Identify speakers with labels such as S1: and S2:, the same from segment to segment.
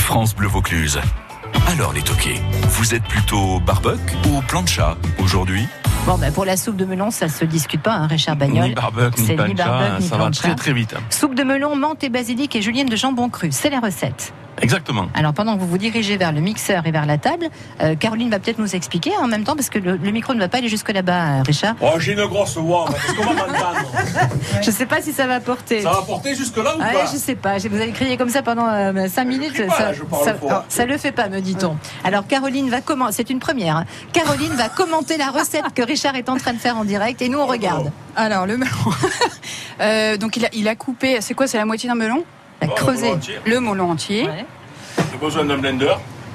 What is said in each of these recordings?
S1: France Bleu Vaucluse. Alors les toqués, vous êtes plutôt barbecue ou plancha aujourd'hui
S2: Bon, ben pour la soupe de melon, ça se discute pas, hein, Richard Bagnol.
S3: bah.
S4: Ni barbecue, ni
S2: C'est ni
S4: plancha, hein,
S2: barbecue, ni
S4: ça va
S2: plancha.
S4: très très vite.
S2: Soupe de melon, menthe et basilic et julienne de jambon cru, c'est la recette.
S4: Exactement.
S2: Alors pendant que vous vous dirigez vers le mixeur et vers la table, euh, Caroline va peut-être nous expliquer hein, en même temps parce que le, le micro ne va pas aller jusque là-bas, hein, Richard.
S3: Oh, j'ai une grosse voix, mais est-ce qu'on va m'entendre
S2: Je sais pas si ça va porter.
S3: Ça va porter jusque-là ou
S2: Ah,
S3: pas
S2: je sais pas, Je- vous allez crier comme ça pendant 5
S3: Je
S2: minutes,
S3: crie pas,
S2: ça,
S3: là, je parle
S2: ça-
S3: fort.
S2: non, ça le fait pas, me dit-on. Alors Caroline va comment c'est une première, hein. Caroline va commenter la recette que Richard est en train de faire en direct et nous on regarde.
S5: Alors, le melon. Euh, donc, il a, il a coupé. C'est quoi C'est la moitié d'un melon
S2: La
S3: Bon,
S2: creuser.
S3: on va mentir.
S5: Le melon entier.
S2: Ouais.
S3: Oh, J'ai besoin d'un blender,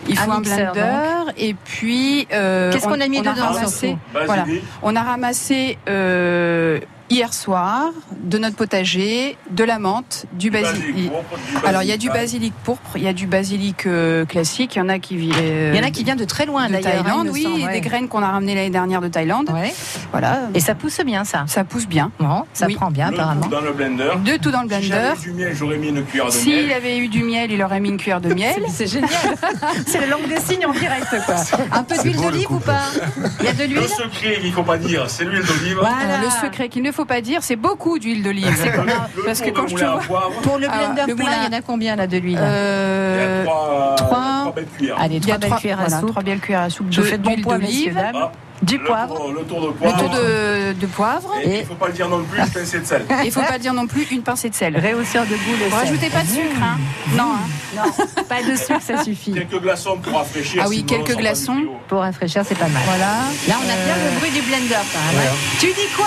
S5: Il faut
S2: Un
S5: un,
S2: mixeur,
S5: blender. Et puis. euh,
S2: Qu'est-ce
S5: on-
S2: qu'on a mis
S5: on
S2: dedans,
S5: ramassé,
S2: surtout
S3: vas-y,
S5: voilà.
S3: dis.
S5: On a ramassé euh, hier soir de notre potager, de la menthe, du basilic.
S3: Vas-y, propre, du
S5: Alors, il y a du basilic
S3: basilic.
S5: pourpre, il y a du basilic euh, classique, il y en a qui vivent.
S2: Il y en a qui vient de très loin
S5: de
S2: d'ailleurs, hein,
S5: Thaïlande,
S2: il me
S5: oui,
S2: semble, ouais.
S5: des graines qu'on a ramenées l'année dernière de Thaïlande.
S2: Ouais.
S5: Voilà,
S2: Et ça pousse bien ça.
S5: ça pousse bien.
S2: Non, ça
S5: Oui.
S2: prend bien
S3: Le
S2: apparemment.
S3: tout dans le blender.
S5: De tout dans le blender.
S3: Si j'avais du miel, j'aurais mis une cuillère de
S5: S'il
S3: miel.
S5: avait eu du miel, il aurait mis une cuillère de miel.
S2: C'est génial. C'est la langue des signes en direct, quoi. Un peu d'huile d'olive ou pas Il y a de
S3: Le
S2: l'huile
S3: secret qu'il faut pas dire, c'est l'huile d'olive.
S2: Voilà.
S5: Euh, Le secret qu'il ne faut pas dire, c'est beaucoup d'huile
S3: Le-
S5: d'olive.
S3: le
S5: Parce que
S3: tour de
S5: quand je te
S3: moulin à
S5: vois-
S3: poivre,
S2: Pour le
S5: Ah,
S2: blender
S5: le
S2: plein,
S5: moulin.
S2: il y en a combien là de l'huile
S3: il y a
S5: Euh,
S3: trois,
S5: trois-
S3: trois belles cuillères.
S2: Allez,
S5: il y
S2: trois
S5: a
S2: belles
S5: trois
S2: cuillères à
S5: voilà,
S2: soupe.
S5: trois belles cuillères à soupe
S2: Je
S5: de
S2: vous fais bon
S5: d'huile
S2: poids,
S5: d'olive,
S2: messieurs, dames.
S3: Hop,
S2: Du
S3: le
S2: poivre.
S3: tour- Le tour de
S5: Ah, le
S3: poivre.
S5: tour de, de poivre.
S3: Et il faut pas le dire non plus, une pincée de sel.
S5: Et il faut pas dire non plus une pincée de sel.
S2: Réhausseur de goût, le
S5: Vous
S2: sel.
S5: rajoutez pas de sucre, hein Non, hein.
S2: Non, pas de sucre, ça suffit.
S3: Quelques glaçons pour rafraîchir.
S5: Ah oui,
S3: sinon
S5: quelques
S3: on sort pas du
S5: glaçons.
S3: frigo.
S2: Pour rafraîchir, c'est pas mal.
S5: Voilà.
S2: Là, on a bien le bruit du blender quand même. Tu dis quoi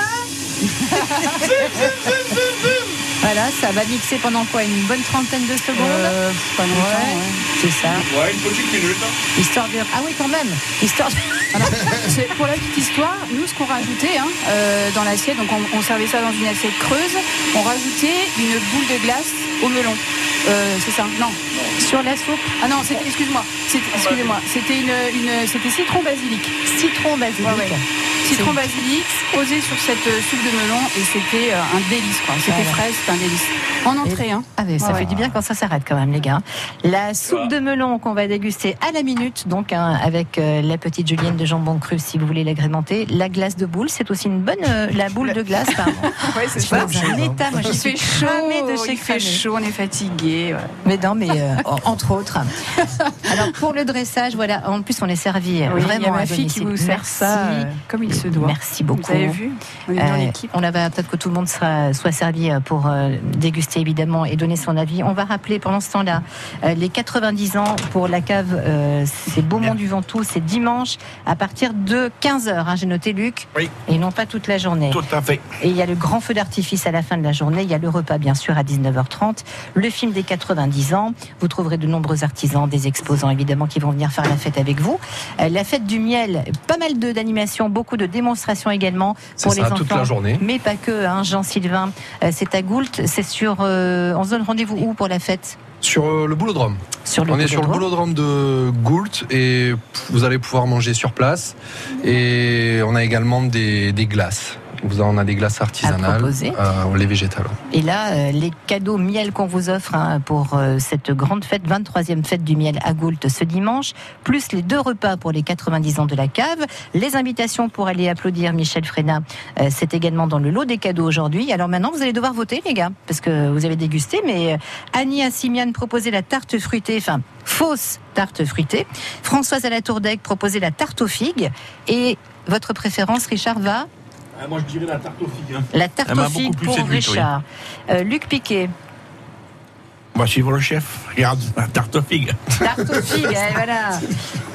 S2: Voilà, ça va mixer pendant quoi Une bonne trentaine de secondes
S5: Euh, pas longtemps,
S2: Ouais. C'est ça.
S3: Ouais, une petite minute.
S2: Histoire de. Ah oui, quand même. Histoire de.
S5: Alors, c'est- pour la petite histoire, nous, ce qu'on rajoutait hein, euh, dans l'assiette, donc on, on servait ça dans une assiette creuse, on rajoutait une boule de glace au melon. Euh, c'est ça Non.
S2: Sur la soupe,
S5: Ah non, c'était, excuse-moi, c'était, excusez-moi, c'était une, une- c'était citron basilic.
S2: citron basilic.
S5: Ouais, ouais. Citron basilic posé sur cette euh, soupe de melon et c'était euh, un délice, quoi. C'était
S2: Voilà.
S5: frais, c'était un délice. En entrée, hein.
S2: Ah mais ça
S5: Ouais.
S2: fait du bien quand ça s'arrête quand même les gars. La soupe
S3: Ah.
S2: de melon qu'on va déguster à la minute, donc hein, avec euh, la petite julienne de jambon cru si vous voulez l'agrémenter. La glace de boule, c'est aussi une bonne euh, la boule de glace. Pardon.
S5: Ouais,
S2: Je suis dans un état, moi je
S5: Il
S2: suis
S5: fait chaud,
S2: cramée de chez
S5: il fait
S2: cramée.
S5: chaud, on est fatigué. ouais.
S2: Mais non, mais euh, en- entre autres. Alors pour le dressage, voilà. En plus on est servi euh,
S5: Oui,
S2: vraiment
S5: il y a
S2: à
S5: ma fille qui
S2: domicile.
S5: vous sert ça
S2: Merci.
S5: euh, comme il se doit.
S2: Merci beaucoup.
S5: Vous avez vu On est dans
S2: Euh,
S5: l'équipe.
S2: on avait peut-être que tout le monde sera, soit servi euh, pour euh, déguster évidemment et donner son avis. On va rappeler pendant ce temps-là euh, les 90 ans pour la cave, euh, c'est Beaumont du Ventoux, c'est dimanche à partir de 15h. hein. J'ai noté Luc.
S4: Oui.
S2: Et non pas toute la journée.
S4: Tout à fait.
S2: Et il y a le grand feu d'artifice à la fin de la journée, il y a le repas bien sûr à 19h30, le film des 90 ans, vous trouverez de nombreux artisans, des exposants évidemment qui vont venir faire la fête avec vous. Euh, La fête du miel, pas mal de d'animations, beaucoup de démonstrations également
S4: C'est
S2: pour les
S4: ça,
S2: enfants.
S4: toute la journée.
S2: Mais pas que, hein, Jean-Sylvain, Euh, c'est à Goult, c'est sur... euh, on se donne rendez-vous où pour la fête
S6: Sur euh, le boulodrome.
S2: Sur le
S6: on est sur le
S2: Boulodrome.
S6: boulodrome de Goult et vous allez pouvoir manger sur place. Et on a également des, des glaces. Vous en a des glaces
S2: À
S6: artisanales.
S2: proposer.
S6: euh, les végétales.
S2: Et là, euh, les cadeaux miel qu'on vous offre hein, pour euh, cette grande fête, 23e fête du miel à Goult ce dimanche, plus les deux repas pour les 90 ans de la cave, les invitations pour aller applaudir Michel Fréna, euh, c'est également dans le lot des cadeaux aujourd'hui. Alors maintenant, vous allez devoir voter, les gars, parce que vous avez dégusté, mais euh, Annie Assimian proposait la tarte fruitée, enfin, fausse tarte fruitée. Françoise Alatourdec proposait la tarte aux figues. Et votre préférence, Richard, va
S3: Ah, moi, je dirais la tarte aux figues. hein.
S2: la tarte
S4: Elle m'a
S2: aux figues
S4: beaucoup plus
S2: pour
S4: séduite, oui.
S2: Richard. Euh, Luc Piquet.
S4: On va suivre le chef. Regarde, la tarte aux figues.
S2: Tarte aux figues, eh, voilà.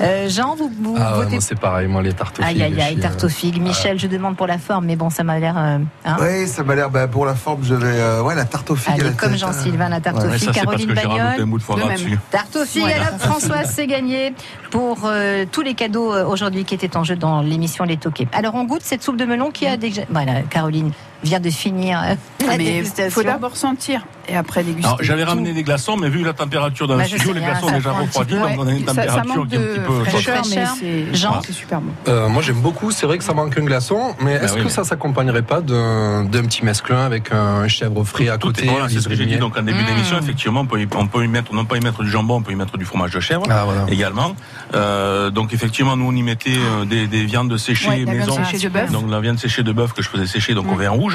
S2: Euh, Jean, vous, vous
S6: Ah, ouais,
S2: votez
S6: moi, c'est pareil, moi les tartes aux
S2: Aïe,
S6: figues,
S2: aïe,
S6: je
S2: aïe,
S6: suis, euh,
S2: tarte aux figues. Michel, je demande pour la forme, mais bon, ça m'a l'air. euh, hein.
S7: Oui, ça m'a l'air, bah, pour la forme, je vais. euh, ouais, la tarte aux figues. à
S2: Allez,
S7: la
S2: comme
S7: tête,
S2: Jean-Sylvain, la tarte aux
S4: ça,
S2: figues,
S4: c'est parce
S2: Caroline
S4: que j'ai rajouté un
S2: Bagnole.
S4: bout de foie
S5: De
S4: gras
S5: même.
S4: dessus.
S2: Tarte aux figues,
S5: Ouais.
S2: à la Françoise, c'est gagné pour euh, tous les cadeaux euh, aujourd'hui qui étaient en jeu dans l'émission Les Toqués. Alors, on goûte cette soupe de melon qui a déjà. Voilà, Caroline vient de finir euh, la
S5: Ah, Mais
S2: dégustation.
S5: faut d'abord sentir. et après déguster.
S3: Alors, j'avais
S5: tout.
S3: ramené des glaçons, mais vu la température dans
S2: Bah,
S3: le
S2: je
S3: studio,
S2: sais
S3: les
S2: bien,
S3: glaçons
S2: ça
S3: ont déjà
S2: prend un
S3: refroidi,
S2: petit peu,
S3: donc on a une
S5: Ça, ça
S3: température
S5: manque
S3: qui est un
S5: de
S3: petit peu. Ah.
S2: fraîcheur.
S5: fraîcheur, mais
S2: Fraîcheur.
S5: c'est
S2: Jean.
S5: c'est super bon.
S6: Euh, moi j'aime beaucoup, c'est vrai que ça manque un glaçon, mais est-ce
S3: Bah oui,
S6: que
S3: mais-
S6: ça s'accompagnerait pas d'un d'un petit mesclin avec un chèvre frit à
S3: Tout
S6: côté
S3: est- voilà,
S6: un
S3: c'est ce que j'ai dit.
S6: légumier
S3: Donc, en début
S2: Mm.
S3: d'émission, effectivement, on peut, y, on peut y mettre, non pas y mettre du jambon, on peut y mettre du fromage de chèvre.
S6: Ah, voilà.
S3: Également. Euh, donc effectivement, nous on y mettait euh, des, des viandes séchées
S5: Ouais, la viande
S3: maison.
S5: séchée de bœuf.
S3: Donc la viande séchée de bœuf que je faisais sécher donc au vin rouge.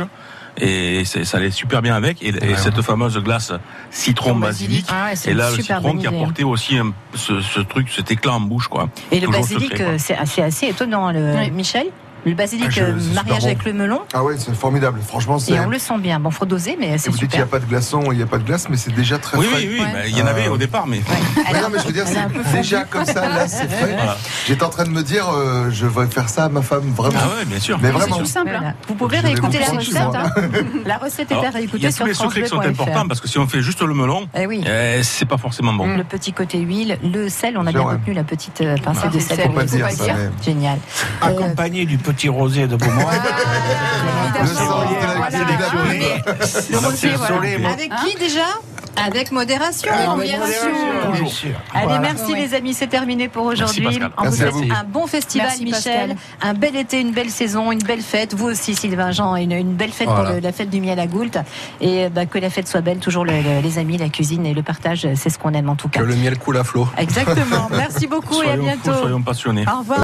S3: Et c'est- ça allait super bien avec. Et, et
S6: Ouais.
S3: cette fameuse glace citron basilic.
S2: Ah ouais, c'est
S3: et là,
S2: une
S3: le
S2: super
S3: citron
S2: bonne
S3: qui
S2: idée, hein.
S3: apportait aussi un- ce, ce truc, cet éclat en bouche, quoi.
S2: Et le
S3: Toujours
S2: basilic,
S3: secret, quoi.
S2: euh, c'est assez, assez étonnant, le
S5: Oui.
S2: Michel. Le basilic,
S6: Ah, je-
S2: euh,
S6: c'est super
S2: mariage
S6: bon.
S2: avec le melon.
S7: Ah ouais, c'est formidable. Franchement, c'est.
S2: Et on le sent bien. Bon, faut doser, mais
S7: Et
S2: c'est
S7: vous dites qu'il n'y
S2: super.
S7: a pas de glaçon, il n'y a pas de glace, mais c'est déjà très
S3: Oui,
S7: frais.
S3: oui, oui.
S5: Ouais.
S3: bah,
S6: Ah.
S3: Il y en avait
S7: Euh,
S3: au départ, mais.
S7: Mais non, mais je veux dire,
S2: Elle est un peu
S7: c'est déjà comme ça, là, c'est frais.
S3: Voilà.
S7: J'étais en train de me dire, euh, je vais faire ça à ma femme, vraiment.
S3: Ah ouais, bien sûr.
S7: Mais
S5: Mais
S7: vraiment.
S5: C'est tout simple.
S2: Voilà.
S5: hein.
S2: Vous pouvez
S7: Je vais
S2: réécouter la
S7: vous
S2: recette.
S7: prendre
S2: hein. La recette est à
S3: Alors, Il y
S2: réécouter
S3: a tous
S2: sur
S3: les secrets qui sont importants
S2: francebleu.fr.
S3: parce que si on fait juste le melon,
S2: Eh oui.
S3: euh, c'est pas forcément bon.
S2: Le petit côté huile, le sel, on a
S7: C'est
S2: bien
S7: vrai.
S2: retenu la petite euh, pincée
S5: Ah,
S2: de
S5: c'est
S2: sel.
S5: le sel,
S7: Faut pas
S2: Oui,
S7: le
S2: faut
S7: dire,
S2: le
S7: ça,
S2: dire.
S7: mais- Ah,
S2: Génial. Euh,
S4: Accompagné du petit rosé de Beaumont.
S2: Ah,
S7: Le sang de la-
S5: Voilà.
S7: de la-
S5: Le reflet, voilà.
S2: Avec
S7: Hein
S2: qui déjà Avec modération.
S3: Toujours.
S2: Allez,
S7: Voilà.
S2: merci
S5: Ouais.
S2: les amis, c'est terminé pour aujourd'hui.
S3: Pascal.
S2: On vous
S7: Merci à
S2: souhaite
S7: vous.
S2: un bon festival,
S5: Merci,
S2: Michel.
S5: Pascal.
S2: Un bel été, une belle saison, une belle fête. Vous aussi, Sylvain Jean, une, une belle fête pour
S6: Voilà.
S2: le- la fête du miel à Goult. Et bah, que la fête soit belle, toujours le- le- les amis, la cuisine et le partage, c'est ce qu'on aime en tout cas.
S6: Que le miel coule à flot.
S2: Exactement. Merci beaucoup et à
S3: Soyons fous,
S2: bientôt.
S3: soyons passionnés.
S2: Au revoir.